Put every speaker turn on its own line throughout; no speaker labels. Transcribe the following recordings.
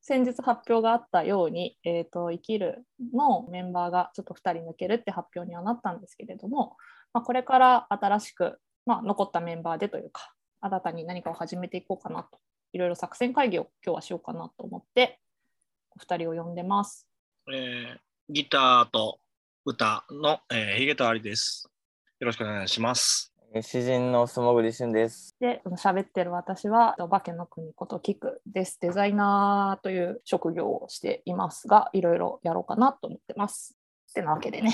先日発表があったように、えーと「生きる」のメンバーがちょっと2人抜けるって発表にはなったんですけれども、まあ、これから新しく、まあ、残ったメンバーでというか新たに何かを始めていこうかなといろいろ作戦会議を今日はしようかなと思ってお二人を呼んでます。
えーギターと歌の、えー、ヒゲとアリです。よろしくお願いします。
えー詩人の素潜り俊です。
でその喋ってる私はお化けの国ことキクです。デザイナーという職業をしていますがいろいろやろうかなと思ってます。ってなわけでね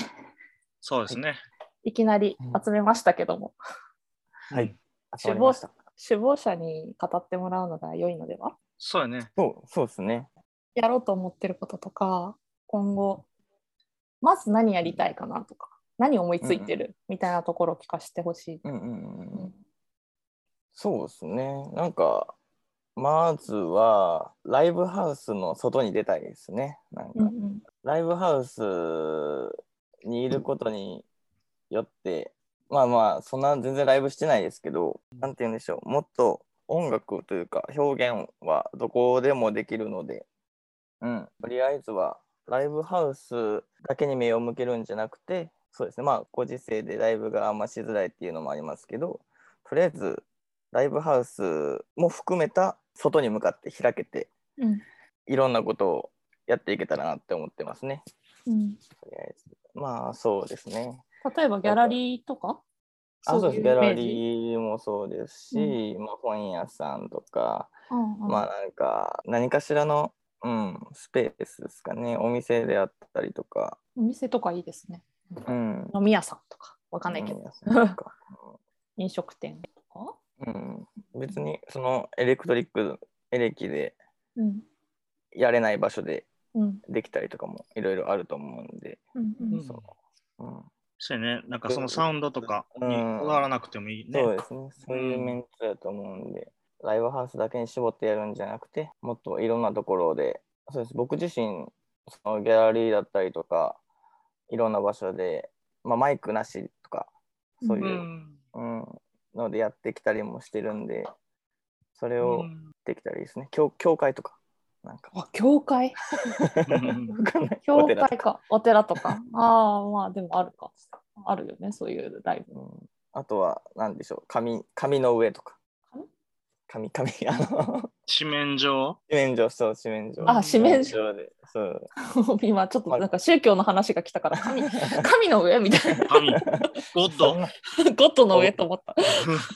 そうですね。
いきなり集めましたけども
はい。
死亡者首謀者に語ってもらうのが良いのでは
そうやね。
そう、そうですね。
やろうと思ってることとか今後まず何やりたいかなとか何思いついてるみたいなところを聞かせてほしい。
うんうんうんうん。そうですね。なんか、まずは、ライブハウスの外に出たいですね。なんか、
うん
ライブハウスにいることによって、まあまあ、そんな全然ライブしてないですけど、なんて言うんでしょう、もっと音楽というか、表現はどこでもできるので、うん、とりあえずは、ライブハウスだけに目を向けるんじゃなくて、そうですね、まあ、ご時世でライブがあんましづらいっていうのもありますけど、とりあえず、ライブハウスも含めた外に向かって開けて、
うん
いろんなことをやっていけたらなって思ってますね。
うん
とりあえず。まあそうですね。
例えばギャラリーとか
あそうです
い
ギャラ
イメージ
リーもそうですし、まあ、本屋さんとか、
うんうん
まあなんか何かしらの、うん、スペースですかねお店であったりとか、
お店とかいいですね。
うん、
飲み屋さんとかわかんないけど、
飲み屋さん とか
飲食店とか。
うん、別にそのエレクトリックエレキで
うん
やれない場所で
うん
できたりとかもいろいろあると思うんで、
うんう
うんん
その
そうやね。なんかそのサウンドとかに
う
こ
ん
だわらなくてもいい
うん
ね。
そうですねそういうメンツだと思うんで、ライブハウスだけに絞ってやるんじゃなくてもっといろんなところでそうです僕自身そのギャラリーだったりとかいろんな場所で、まあ、マイクなしとかそう
う
い
ん。
うん、のでやってきたりもしてるんでそれ
う
を
ん
できたらいいですね、教教会とかなんか
あ教会
うん
わかんない
教
お
会
寺とか
かお寺と かああまあでもあるかあるよねそういうライブ
うん、あとは何でしょう紙紙の上とか紙紙 あの
四面上
四面上そう四面上
あ四面
四面上でそう
今ちょっとなんか宗教の話が来たから神 神の上みたいな
神、ゴッ
そ
ド
ん。な
ゴッドの上と思った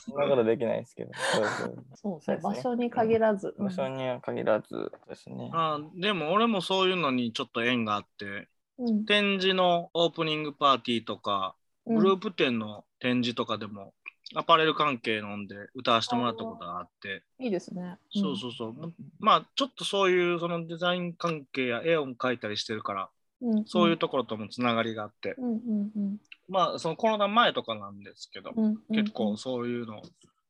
そんなことできないですけど、そうそう
そうそう
そう
場
ですね
所に限らず、
場所には限らずですね。
あでも俺もそういうのにちょっと縁があって
うん
展示のオープニングパーティーとか
う
グルー
ん
プ展の展示とかでもアパレル関係のんで歌わせてもらったことがあって
いいですね
そうそうそう、もまあちょっとそういうそのデザイン関係や絵を描いたりしてるから
うん、
そういうところともつながりがあって、
うんうんうん
まあそのコロナ前とかなんですけど、
うんうんうん
結構そういうのを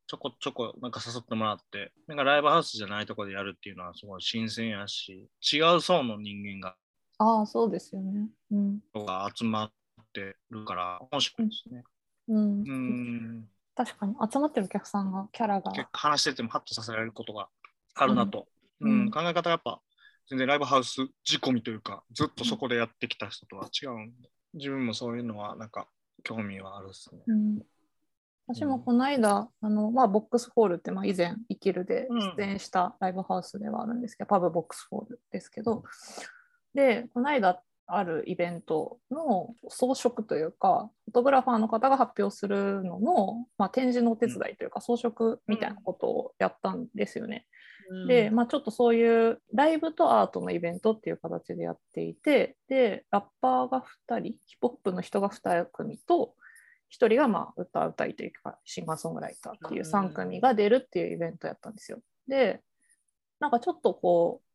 ちょこちょこなんか誘ってもらってなんかライブハウスじゃないところでやるっていうのはすごい新鮮やし違う層の人間が
ああそうですよねうん
が集まってるから面白いですね。
うん
うん
確かに集まってるお客さんがキャラが
結構話しててもハッとさせられることがあるなと、
う
うんん
うん
考え方がやっぱ全然ライブハウス仕込みというかずっとそこでやってきた人とは違うんで自分もそういうのはなんか興味はあるっすね。
うん、私もこの間、あのまあ、ボックスホールって、まあ、以前「生きる」で
うん
出演したライブハウスではあるんですけど、パブボックスホールですけどでこの間あるイベントの装飾というかフォトグラファーの方が発表するのの、まあ、展示のお手伝いというか装飾みたいなことをやったんですよね。で、まあ、ちょっとそういうライブとアートのイベントっていう形でやっていてでラッパーが2人ヒップホップの人が2組と1人がまあ歌う歌いというかシンガーソングライターっていう
うん
3組が出るっていうイベントやったんですよ。でなんかちょっとこう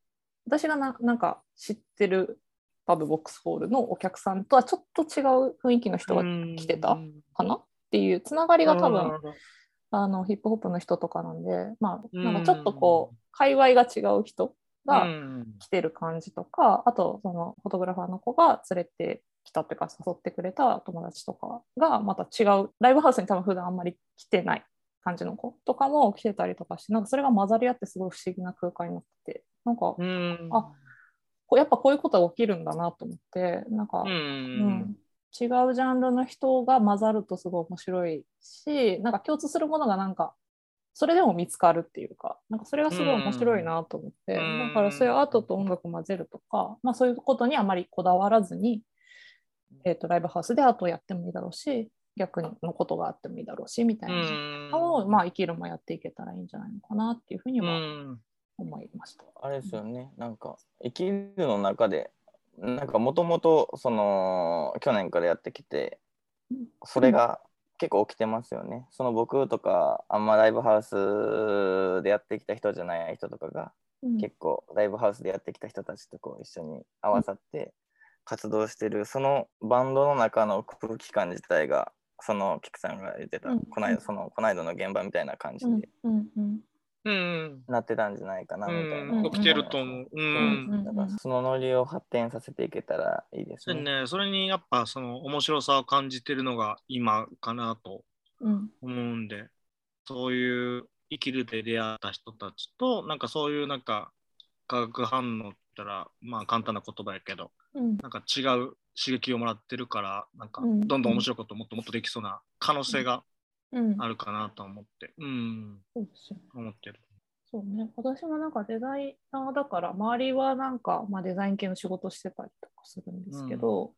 私がななんか知ってるパブボックスホールのお客さんとはちょっと違う雰囲気の人が来てたかなっていうつながりが多分あのヒップホップの人とかなんで、まあ、
うん
なんかちょっとこう、界隈が違う人が来てる感じとか、あとそのフォトグラファーの子が連れてきたっていうか誘ってくれた友達とかがまた違うライブハウスに多分普段あんまり来てない感じの子とかも来てたりとかしてなんかそれが混ざり合ってすごい不思議な空間になっててなんか
う、ん。
あこうやっぱこういうことが起きるんだなと思って、なんか、
うん。
うん違うジャンルの人が混ざるとすごい面白いしなんか共通するものがなんかそれでも見つかるっていうかなんかそれがすごい面白いなと思って、
うん
だからそういうアートと音楽を混ぜるとか、まあ、そういうことにあまりこだわらずに、えー、とライブハウスでアートをやってもいいだろうし逆のことがあってもいいだろうしみたいなのを、まあ、生きるもやっていけたらいいんじゃないのかなっていうふうに
う
は
ん。
思いました。
あれですよね、なんか、生きるの中で、なんかもともと、その、去年からやってきて
うん、
それが結構起きてますよね。その僕とか、あんまライブハウスでやってきた人じゃない人とかが、
うん
結構ライブハウスでやってきた人たちとこう一緒に合わさって活動してる、そのバンドの中の空気感自体が、その菊さんが言ってた、
うん
こないだそのこないだの現場みたいな感じ
うん
で
うんうん
うん。
なってたんじゃないかなみたいな、
うん。起きてると思う。う。
うん
うん
だからそのノリを発展させていけたらいいです
そう
ね。
ね、それにやっぱその面白さを感じてるのが今かなと
うん
思うんで、そういう生きるで出会った人たちと、なんかそういうなんか化学反応って言ったら、まあ簡単な言葉やけど、
うん
なんか違う刺激をもらってるから、なんか
うん
どんどん面白いこともっともっとできそうな可能性が
うん
あるかなと思って、うん、
そうですよね
思ってる。
そうね、私もなんかデザイナーだから周りはなんか、まあ、デザイン系の仕事してたりとかするんですけど、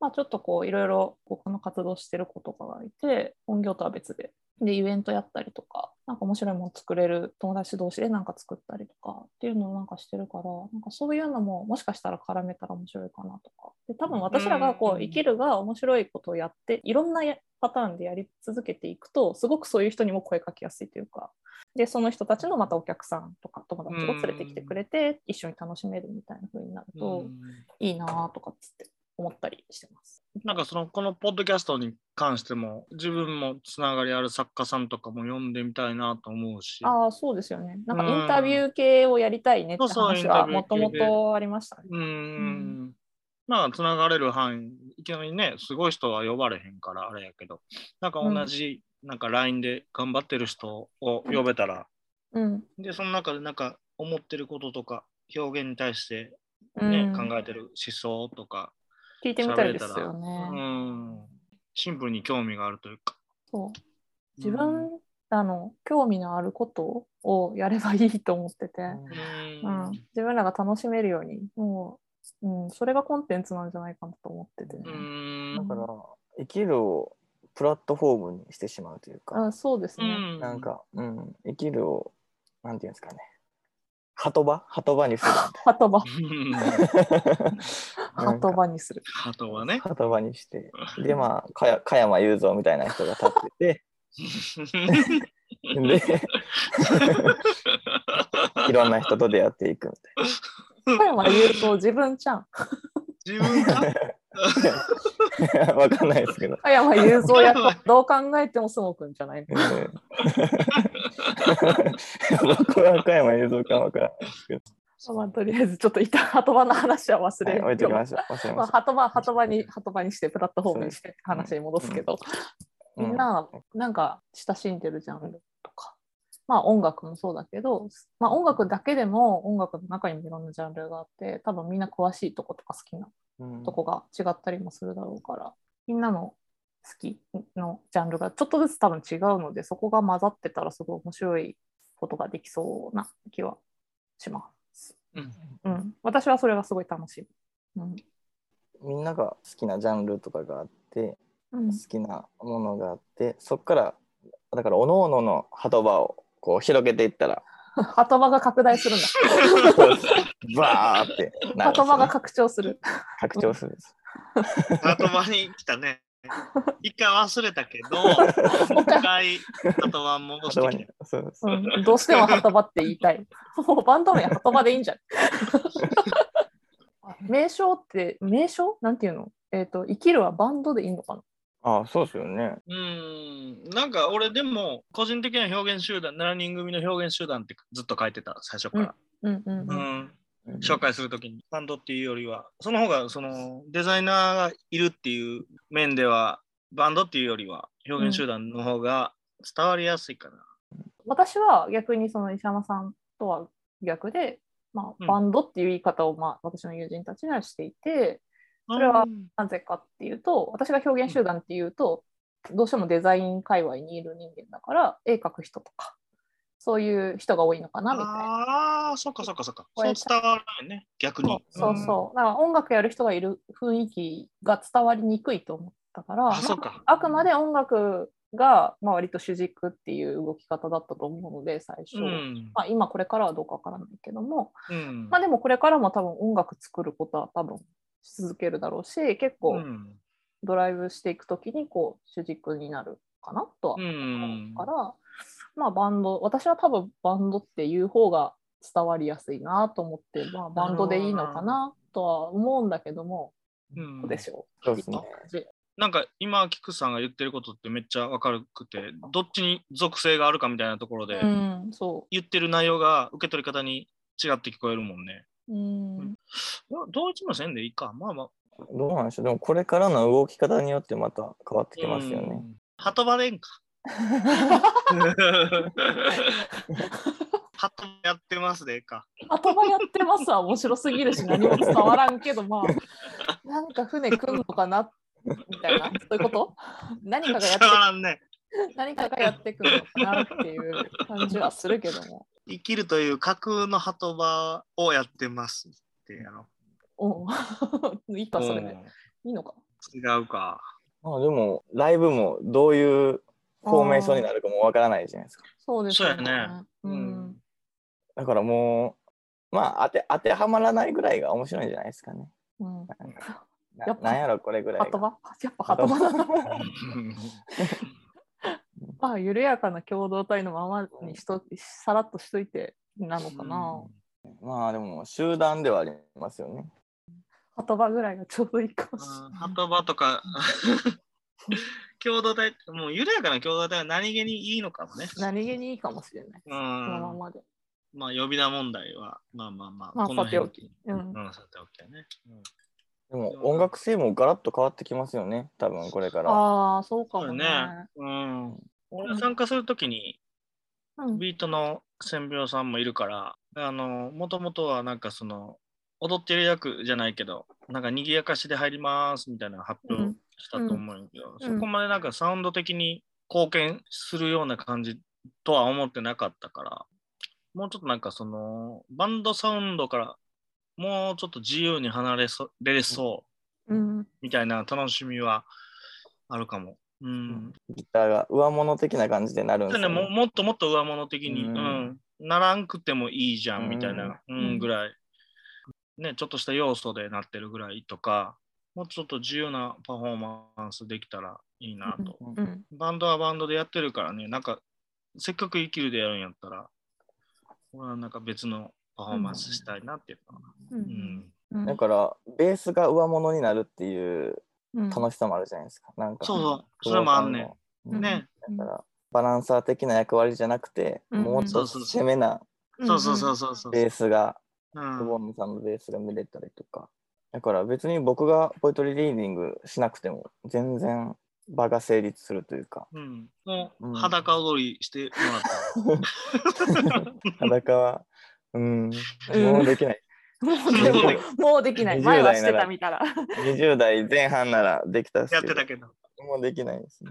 まあ、ちょっとこういろいろ他の活動してる子とかがいて本業とは別ででイベントやったりとかなんか面白いもの作れる友達同士でなんか作ったりとかっていうのをなんかしてるからなんかそういうのももしかしたら絡めたら面白いかなとかで多分私らがこ
う
うん生きるが面白いことをやっていろんなやパターンでやり続けていくとすごくそういう人にも声かけやすいというかでその人たちのまたお客さんとか友達を連れてきてくれて一緒に楽しめるみたいな風になると
うん
いいなぁとかっつって思ったりしてます。
なんかそのこのポッドキャストに関しても自分もつながりある作家さんとかも読んでみたいなと思うし、
ああそうですよね。なんか
うん
インタビュー系をやりたいねって
そうそう
話はも
インタビュー系
ともとありましたね。
うー
ん
ん。まあ、つながれる範囲、いきなりね、すごい人は呼ばれへんから、あれやけど、なんか同じ、なんか LINE で頑張ってる人を呼べたら、
うん
で、その中でなんか思ってることとか、表現に対して、
うん
ね考えてる思想とか、
聞いてみたいですよね。
うん、シンプルに興味があるというか。
そう自分らの興味のあることをやればいいと思ってて、
う
うん
ん、
自分らが楽しめるようにもう、うん、それがコンテンツなんじゃないかなと思ってて、
う
ね
ん
だから生きるをプラットフォームにしてしまうというか、
あそうです
う
ね。
ん
なんか、うん、生きるをなんていうんですかね鳩場鳩場にする
鳩場
うん
なん
鳩
か
場にする。
あとは ね。
言葉にしてでまあかや加山雄三みたいな人が立 ってて でいろんな人と出会っていくみ
加山雄三自分ちゃん。
自分が
たいな わかんないですけど、
加山雄三やとどう考えてもすもくんじゃないの
うん 僕は加山雄三かわからないですけど、
まあ、とりあえずちょっと一旦鳩場の話は忘れ
は
る
い、置い
け
とき
ど、
ましょう忘れ
ま
ま
あ、
し
鳩場鳩場に鳩場にしてプラットフォームにしてって話に戻すけど、
ょう
みんななんか親しんでるジャンルとか、まあ音楽もそうだけど、まあ、音楽だけでも音楽の中にもいろんなジャンルがあって多分みんな詳しいとことか好きな
うん
とこが違ったりもするだろうからみんなの好きのジャンルがちょっとずつ多分違うのでそこが混ざってたらすごい面白いことができそうな気はします。
うん
うん、私はそれがすごい楽しい。うん
みんなが好きなジャンルとかがあって
うん
好きなものがあってそこからだから各々の鳩場をこう広げていったら
頭が拡大するんだ。
バーってなるんですよね
頭が拡張する。
拡張するんです。
ハトバに来た ね。一回忘れたけど、一回ハトバ戻して
頭
き
に
て。
そうです
うん、どうしても鳩場って言いたい。 もうバンド名鳩場でいいんじゃん。名称って名称なんていうのえっ、と生きるはバンドでいいのかな
ああそうですよね。
うん。なんか俺でも、個人的な表現集団、7人組の表現集団ってずっと書いてた、最初から。
うんうん
う。
うんん
紹介するときに、バンドっていうよりは、その方がそのデザイナーがいるっていう面では、バンドっていうよりは、表現集団の方が伝わりやすいかな。
私は逆にその石山さんとは逆で、ま
う
あ、
ん
バンドっていう言い方を、まあ、私の友人たちにはしていて
そ
れはなぜかっていうと私が表現集団っていうとどうしてもデザイン界隈にいる人間だから絵描く人とかそういう人が多いのかなみたいな。
ああー、そっかそっかそっか。
こ
そう
や
う
って
伝わらないね、逆に。
そうそうだから音楽やる人がいる雰囲気が伝わりにくいと思ったから
あ、そうか。
あくまで音楽が、まあ、割と主軸っていう動き方だったと思うので最初、
うん。
まあ、今これからはどうかわからないけども、
うん
まあ、でもこれからも多分音楽作ることは多分し続けるだろうし結
う
構
ん
ドライブしていく時にこう主軸になるかなとは
う
思
ん
うか。ら、まあバンド私は多分バンドっていう方が伝わりやすいなと思って、まあ、バンドでいいのかなとは思うんだけども、
うん
どうでしょ
そうですね。
う
なんか今、菊さんが言ってることってめっちゃわかるくて、どっちに属性があるかみたいなところで、
うん、そ
言ってる内容が受け取り方に違って聞こえるもんね。
う。うん
いや同一の線でいいか。まあまあ。
どうなんでしょう。でもこれからの動き方によってまた変わってきますよ
う
ね。
ん。はとばでんか。はとやってますでか。
頭やってますは面白すぎるし何も伝わらんけどま あなんか船来んのかなみたいなそういう こと何かがやっ
伝
て
わらんね。
何かがやってくるのかなっていう感じはするけど も。
生きるという架空のはとばをやってますってやろ
うんいいかそれで、
うん
いいのか
違うか。
まあでもライブもどういうフォーメーションにな
る
るかもわからないじゃないですか。
そうですよね
そうやね
う
うん
ん、
だからもうまあ当て当てはまらないぐらいが面白いんじゃないですかね。
うん、
なんかな
やっぱ
なんやろこれぐら
ハ
い
ト
が。
バ やっぱハトバだな まあ緩やかな共同体のままにしとさらっとしといてなのかな、
まあでも集団ではありますよね。
ハトバぐらいがちょうどいいかもしれない、
ハトバとか、 共同体、もう緩やかな共同体は何気にいいのかもね。
何気にいいかもしれない、
う
このま
ん。
まで、
まあ、呼び名問題は、まあまあまあ、
まあ
この辺
さてうん
うん、さておきだね。うん
でも音楽性もガラッと変わってきますよね。多分これから。
ああそうか
そう
も
だ
ね
ね。うん。俺は参加するときに、
うん
ビートの千秒さんもいるから、あの、もともとはなんかその、踊ってる役じゃないけど、なんか賑やかしで入りますみたいな発表したと思うんやけど、
うん
そこまでなんかサウンド的に貢献するような感じとは思ってなかったから、もうちょっとなんかその、バンドサウンドから、もうちょっと自由に離れそれそう
うん
みたいな楽しみはあるかも。うん、
ギターが上物的な感じでなるんで
そう
す
ね
よ、
も
ね。
もっともっと上物的に、う
うんん
ならんくてもいいじゃんみたいな、う
うんん
ぐらい、ね、ちょっとした要素でなってるぐらいとかもうちょっと自由なパフォーマンスできたらいいなと、
うん
バンドはバンドでやってるからねなんかせっかく生きるでやるんやったら俺はなんか別のパフォーマンスしたいなっていうか、
う
うん
んうん
だからベースが上物になるっていう
うん
楽しさもあるじゃないですか。なんか
そうそうそ
久
れ
保
もあ
さ
ん
ん
ね
の
うん
ね、
だからバランサー的な役割じゃなくて、
うん
もうちょっと攻めな
そうそうそううそうそう、
ベースが、
うん
久保美さんのベースが見れたりとか。だから別に僕がポエトリーリーディングしなくても全然場が成立するというか
うん、も
う
うん裸踊りしてもらったら
裸はう
う
ん
ん
もうできない
もうでももうできない
20
前はして
代な
た
ら
みたら
20代前半ならできたっす
やっ
け
て
ど
たけど。
もうできないですね。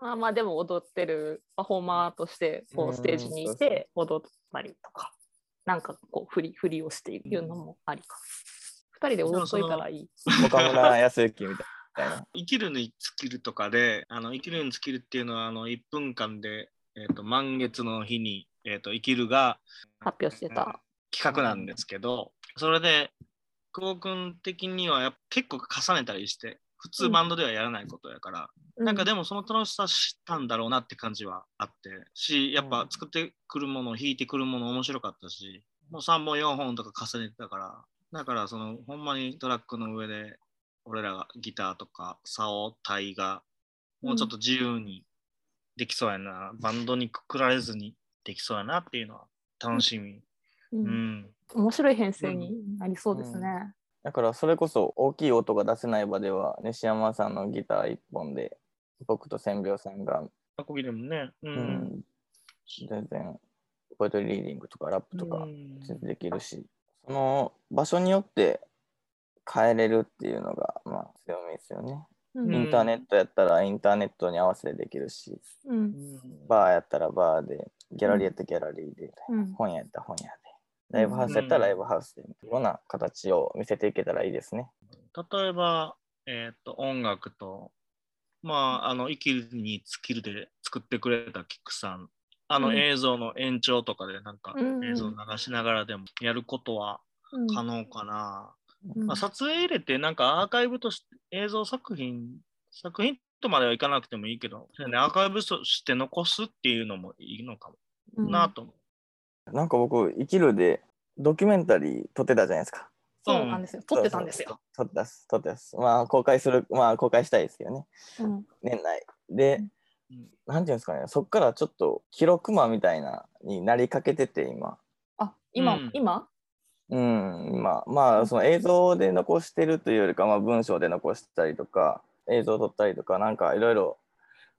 まあまあでも踊ってるパフォーマーとしてこ
うん
うステージにいて踊ったりとかなんかこう振り振りをしているのもありか二人で踊っといたらいい
岡村康之みたいな。
生きるに尽きるとかで、あの生きるに尽きるっていうのは、あの1分間で、えー、と満月の日に、えー、と生きるが
発表してた
企画なんですけど、それで、久保君的にはやっぱ結構重ねたりして、普通バンドではやらないことやから、なんかでもその楽しさ知ったんだろうなって感じはあって、し、やっぱ作ってくるもの、弾いてくるもの面白かったし、もう3本4本とか重ねてたから、だからその、ほんまにトラックの上で、俺らがギターとか、竿、タイが、もうちょっと自由にできそうやな、バンドにくくられずにできそうやなっていうのは楽しみ。
うん、
う
うん
ん。
面白い編成になりそうですね、
だからそれこそ大きい音が出せない場では西山さんのギター一本で僕と千秒さんが、
アコギでもね、う。
うんん、全然ポエトリーリーディングとかラップとか
うん
全然できるし、その場所によって変えれるっていうのが、まあ、強みですよね。
うん
インターネットやったらインターネットに合わせてできるし、
うん
バーやったらバーで、ギャラリーやったらギャラリーで、
うん
本屋やったら本屋で、ライブハウスやったらライブハウスで、いろんな形を見せていけたらいいですね。
例えば、えー、と音楽と、まあ、あの息に尽きるで作ってくれた菊さんあ
う
の
ん
映像の延長とかでなんか
うんうん
映像流しながらでもやることは
うん
可能かな、
うん
まあ、撮影入れてなんかアーカイブとして映像作品作品とまではいかなくてもいいけど、そうねアーカイブとして残すっていうのもいいのかも
うん
なと思う、
なんか僕、生きるでドキュメンタリー撮ってたじゃないですか。
そうなんですよ撮ってたんですよ。
撮ってます、撮ってます。まあ、公開する、まあ、公開したいですけどね、
うん
年内。で、
うん
なんていうんですかね、そっからちょっと記録魔みたいなになりかけてて、今。
あ今
うん
今
うん、今、まあ、その映像で残してるというよりか、まあ、文章で残したりとか、映像撮ったりとか、なんかいろいろ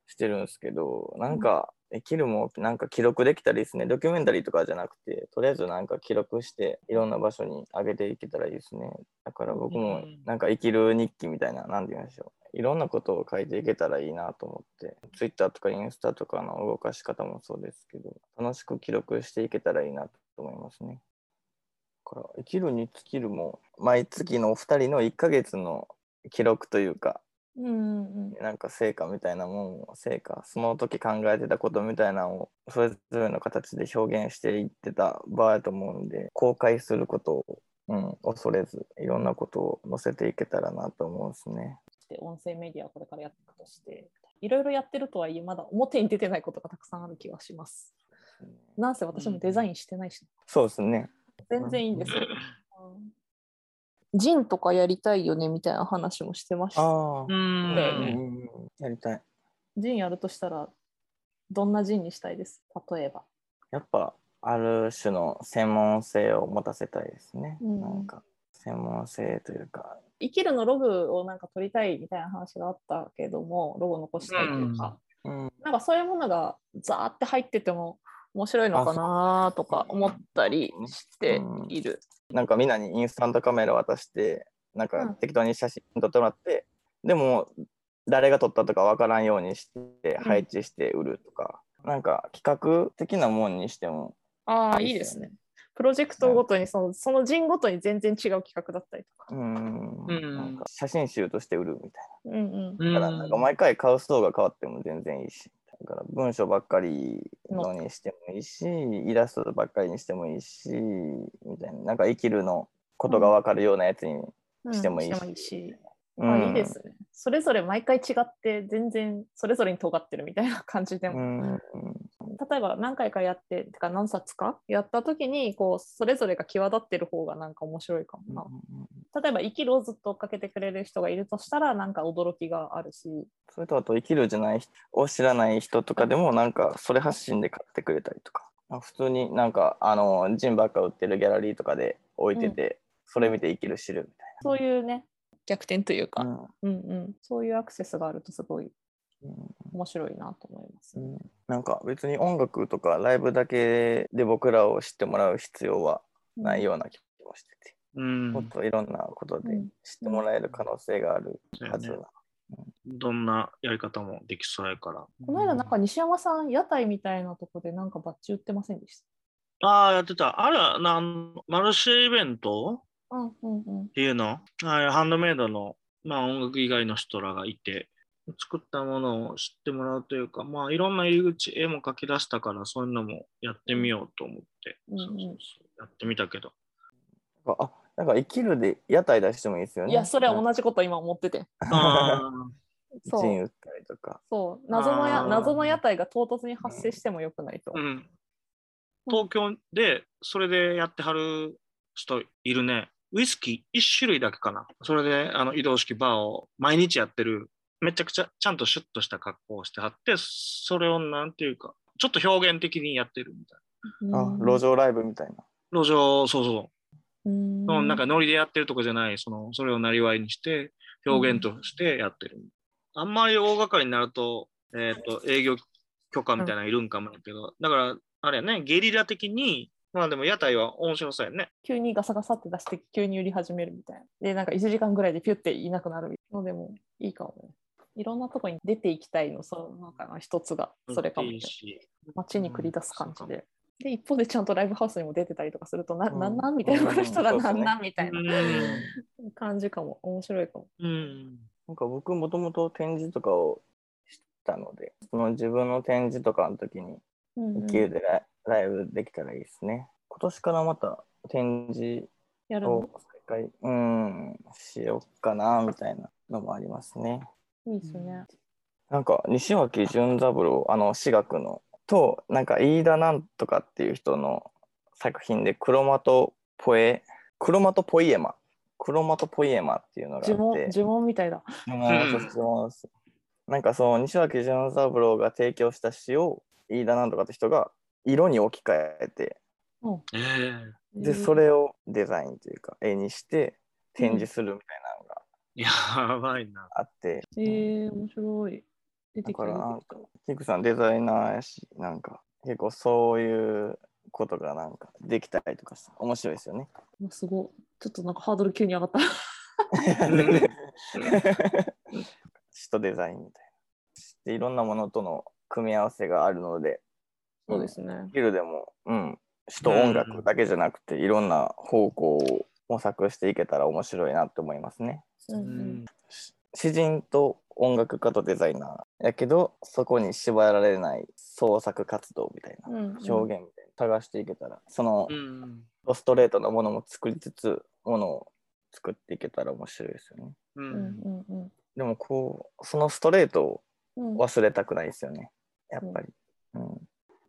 してるんですけど、なんか、できるもんなんか記録できたらいいですね。ドキュメンタリーとかじゃなくて、とりあえずなんか記録して、いろんな場所に上げていけたらいいですね。だから僕
う
も
ん、
なんか生きる日記みたいな、なんて言うんでしょう。いろんなことを書いていけたらいいなと思って、Twitter とかインスタとかの動かし方もそうですけど、楽しく記録していけたらいいなと思いますね。だから、生きるに尽きるも、毎月のお二人の1ヶ月の記録というか、
うんうん
なんか成果みたいなもんを成果その時考えてたことみたいなのをそれぞれの形で表現していってた場合だと思うんで公開することを、うん、恐れずいろんなことを載せていけたらなと思うんですね。
で音声メディアをこれからやっていくとしていろいろやってるとはいえまだ表に出てないことがたくさんある気がします。なんせ私もデザインしてないし、
そうですね。
全然いいんですよ。うんジンとかやりたいよねみたいな話もしてました。
あ
う
あ、
ん
だ
う
よね
ん、やりたい。
ジンやるとしたらどんなジンにしたいです例えば。
やっぱある種の専門性を持たせたいですね。
うん
なんか専門性というか
生きるのログをなんか取りたいみたいな話があったけどもロゴ残したいというか、
うん
なんかそういうものがザーって入ってても面白いのかなとか思ったりしている。
なんかみんなにインスタントカメラ渡してなん
う
か
ん
適当に写真撮ってもらって、でも誰が撮ったとかわからんようにして
ん
配置して売るとか、なんか企画的なもんにしても
ああ
い
い
い
い
で
ですす
ね
ね。プロジェクトごとにそのその人ごとに全然違う企画だったりと
う
か。
ーん
うん
なんか写真集として売るみたい
うんうん
うん
なだからなんか毎回買う層が変わっても全然いいしだから文章ばっかりのにしてもいいしイラストばっかりにしてもいいしみたいななんか生きるのことがわかるようなやつに、
うん
してもいいし
し
う
あ
ん
いいですね。それぞれ毎回違って全然それぞれに尖ってるみたいな感じで
う
も、
ん
例えば何回かやっててか何冊かやった時にこうそれぞれが際立ってる方がなんか面白いかもな。例えば生きるをずっと追っかけてくれる人がいるとしたらなんか驚きがあるし、
それとあと生きるじゃない人を知らない人とかでもなんかそれ発信で買ってくれたりとかあ普通になんかあのジンばっか売ってるギャラリーとかで置いてて、それ見て生きる知るみたい
そういうね逆転というか、
な、
うんうん、そういうアクセスがあるとすごい
うん
面白いなと思います。
うんなんか別に音楽とかライブだけで僕らを知ってもらう必要はないような気もしてて、
うん
もっといろんなことで
うん
知ってもらえる可能性があるはず
そうや
な、
ねどんなやり方もできそうやから。
この間なんか西山さん屋台みたいなとこでなんかバッジ売ってませんでし。
ああ、やってた。あれ、なんマルシェイベントった
うんうんうん。
ていうのあれハンドメイドの、まあ、音楽以外の人らがいて、作ったものを知ってもらうというか、まあ、いろんな入り口、絵も描き出したから、そういうのもやってみようと思って、
うんうん
そうそうそうやってみた けど。
あなんか生きるで屋台出してもいいですよね
いやそれは同じこと今思ってて。
あ
そう
ジン売ったりとか
そう謎のや
あー
謎の屋台が唐突に発生してもよくないと
ーう。ん、東京で、それでやってはる人いるね。ウイスキー1種類だけかな。それであの移動式バーを毎日やってる、めちゃくちゃちゃんとシュッとした格好をしてはって、それをなんていうか、ちょっと表現的にやってるみたい
うん
あ路上ライブみたいな
な。路上、そうそうう。
ん
そのなんかノリでやってるとかじゃない、そのそれをなりわいにして、表現としてやってる。あんまり大掛かりになると、えっ、と、営業許可みたいなのいるんかもやけど、だから、あれやね、ゲリラ的に、まあでも屋台は面白そうやね。
急にガサガサって出して急に売り始めるみたいな。で、なんか1時間ぐらいでピュっていなくなるのでもいいかもね。いろんなとこに出ていきたいの、その中の一つがそれかも、
い
ね
い。し
街に繰り出す感
う
じ
んそうかも
で。で、一方でちゃんとライブハウスにも出てたりとかすると、な,、
うん
ん、なんなんみたいな、この人ら
うん
なんなんみたいな
うん
感じかも。面白いかも。
うん。
なんか僕もともと展示とかをしたので、その自分の展示とかの時に
うんうん
勢いでライライブできたらいいですね。今年からまた展示
やるの
を再開、うん、しようかなみたいなのもありますね。
いいですね。
なんか西脇潤三郎あの私学のとなんか飯田なんとかっていう人の作品で「クロマトポエ」「クロマトポイエマ」「クロマトポイエマ」っていうのがあ
呪
っ
文
て
呪文みたいだ。
呪文
うん
そう呪文ですなんかその西脇潤三郎が提供した詩を飯田なんとかって人が色に置き換えて
ええ
でそれをデザインというか絵にして展示するみたいなの
や
が
ばい な。
あって、
えー、面白い。出てきた。
だか
出
ら
てきた
キクさんデザイナーやしなんか結構そういうことがなんかできたりとかして面白いです よね。
うわすごい。ちょっとなんかハードル急に上がった。
ん
詩とデザインみたいな。でいろんなものとの組み合わせがあるので
そうですね。
ヒルでも、うん、詩と音楽だけじゃなくていろんな方向を模索していけたら面白いなって思いますね。
うん
う
うん
ん
詩人と音楽家とデザイナーやけどそこに縛られない創作活動みたいな。
うんうん
表現みたいな探していけたらその
うん
ストレートなものも作りつつものを作っていけたら面白いですよね
う
うん
ん
うん
でもこうそのストレートを
うん
忘れたくないですよねやっぱりうん、ま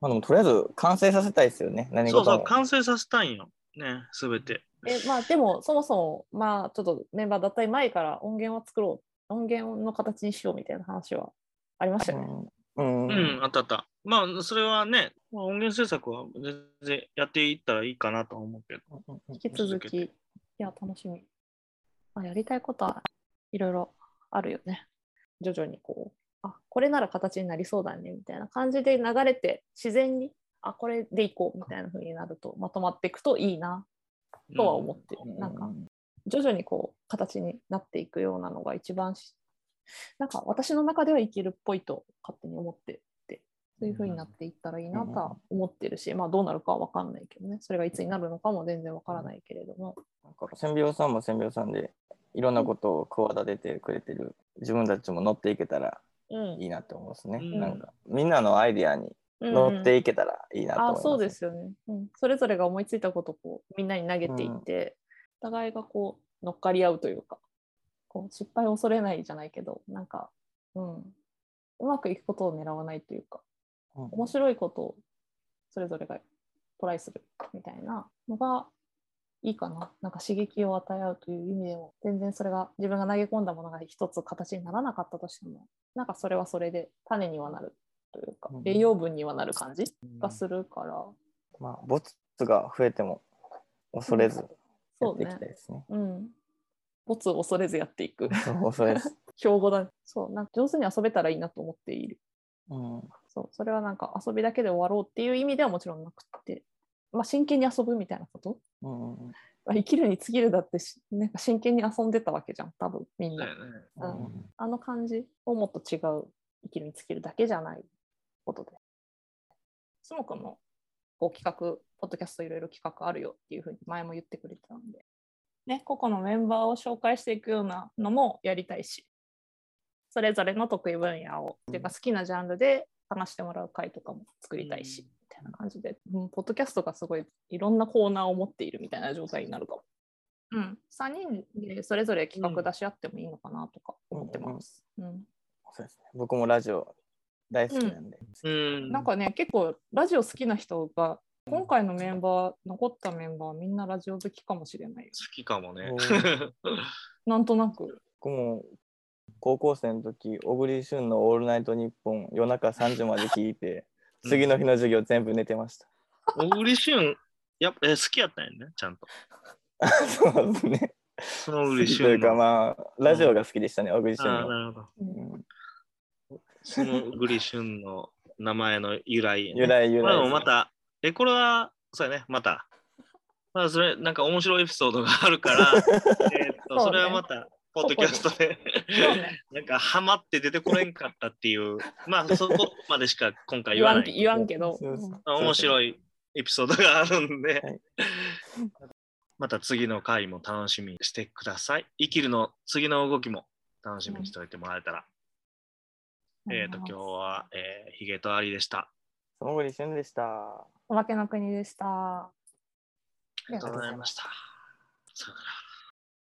あでもとりあえず完成させたいですよね何事
そ
も
うそう、完成させたいんよ。ね、すべて。
えまあでもそもそもまあちょっとメンバー脱退前から音源は作ろう音源の形にしようみたいな話はありましたよね。
う
う
ん、う
んん、あったあった。まあ、それはね、まあ、音源制作は全然やっていったらいいかなとは思うけど。
引き続きいや楽しみ。まあ、やりたいことはいろいろあるよね。徐々にこうあこれなら形になりそうだねみたいな感じで流れて自然にあこれでいこうみたいな風になるとまとまっていくといいなとは思ってる。なんか徐々にこう形になっていくようなのが一番しなんか私の中ではいけるっぽいと勝手に思っててそういう風になっていったらいいなとは思ってるし、まあどうなるかは分かんないけどねそれがいつになるのかも全然分からないけれども、
なんか千秒さんも千秒さんでいろんなことを企ててくれてる自分たちも乗っていけたら
うん
いいなって思うんですね、
うん
なんかみんなのアイディアに乗っていけたらいいなと思い
あ
ます、
そうですよね、うん、それぞれが思いついたことをこうみんなに投げていって、お互いがこう乗っかり合うというかこう失敗を恐れないじゃないけどなんか、うん、うまくいくことを狙わないというか
うん
面白いことをそれぞれがトライするみたいなのがいいかななんか刺激を与え合うという意味でも全然それが自分が投げ込んだものが一つ形にならなかったとしてもなんかそれはそれで種にはなるというか
うん
栄養分にはなる感じ
う
が
ん
するから、
まあ、ボツが増えても恐れずや
そ
っ
う
ていき
ね
たいですね。
うんボツを恐れずやっていく
恐れず。
標語だねそうなんか上手に遊べたらいいなと思っている
うん、
そうそれはなんか遊びだけで終わろうっていう意味ではもちろんなくって、まあ、真剣に遊ぶみたいなこと
うん、
まあ生きるに尽きるだってしなんか真剣に遊んでたわけじゃん多分みん
そうだ
な
よね。
う
うん
ん、
あの感じをもっと違う生きるに尽きるだけじゃないことでスモ君もこう企画ポッドキャストいろいろ企画あるよっていうふうに前も言ってくれてたんでね個々のメンバーを紹介していくようなのもやりたいしそれぞれの得意分野を、っていうか好きなジャンルで話してもらう回とかも作りたいし、
うん
みたいな感じで、うん、ポッドキャストがすごいいろんなコーナーを持っているみたいな状態になるかも。うん、3人でそれぞれ企画出し合ってもいいのかなとか思ってます。うん
そうですね。僕もラジオ大好きなんで。
うん。
なんかね結構ラジオ好きな人が今回のメンバー残ったメンバーみんなラジオ好きかもしれないよ
好きかもね
お。
なんとなく
僕も高校生の時、小栗旬のオールナイトニッポン夜中3時まで聞いて、
うん
次の日の授業全部寝てました。
小栗旬、やっぱえ好きやったんやね、ちゃんと。
そうですね。
その小
好
栗
きという
旬の。
かまあ、ラジオが好きでしたね、小栗旬
ああ、
の。
なるほど。
うん
その小栗旬の名前の由来、ね。
由来由来ですね。
これもまたえ、これは、そうやね、また。まあ、それ、なんか面白いエピソードがある から、えーっと、
そうね
それはまた、ポッドキャストで、
そうね
なんか、ハマって出てこれんかったって いう、まあ、そこまでしか今回
言
言わ
わ
なんい。
言わんけど。
そうそう
まあ面白いエピソードがある んで、
はい
また次の回も楽しみにしてください。生きるの次の動きも楽しみにしておいてもらえたら。えっ、と、今日は、えー、ヒゲとアリでした。
その後に旬でした。
お化けの国でした。あり
あり
がと
がと
う
う
ご
ご
ざい
ざい
ま。
ますした。さよなら。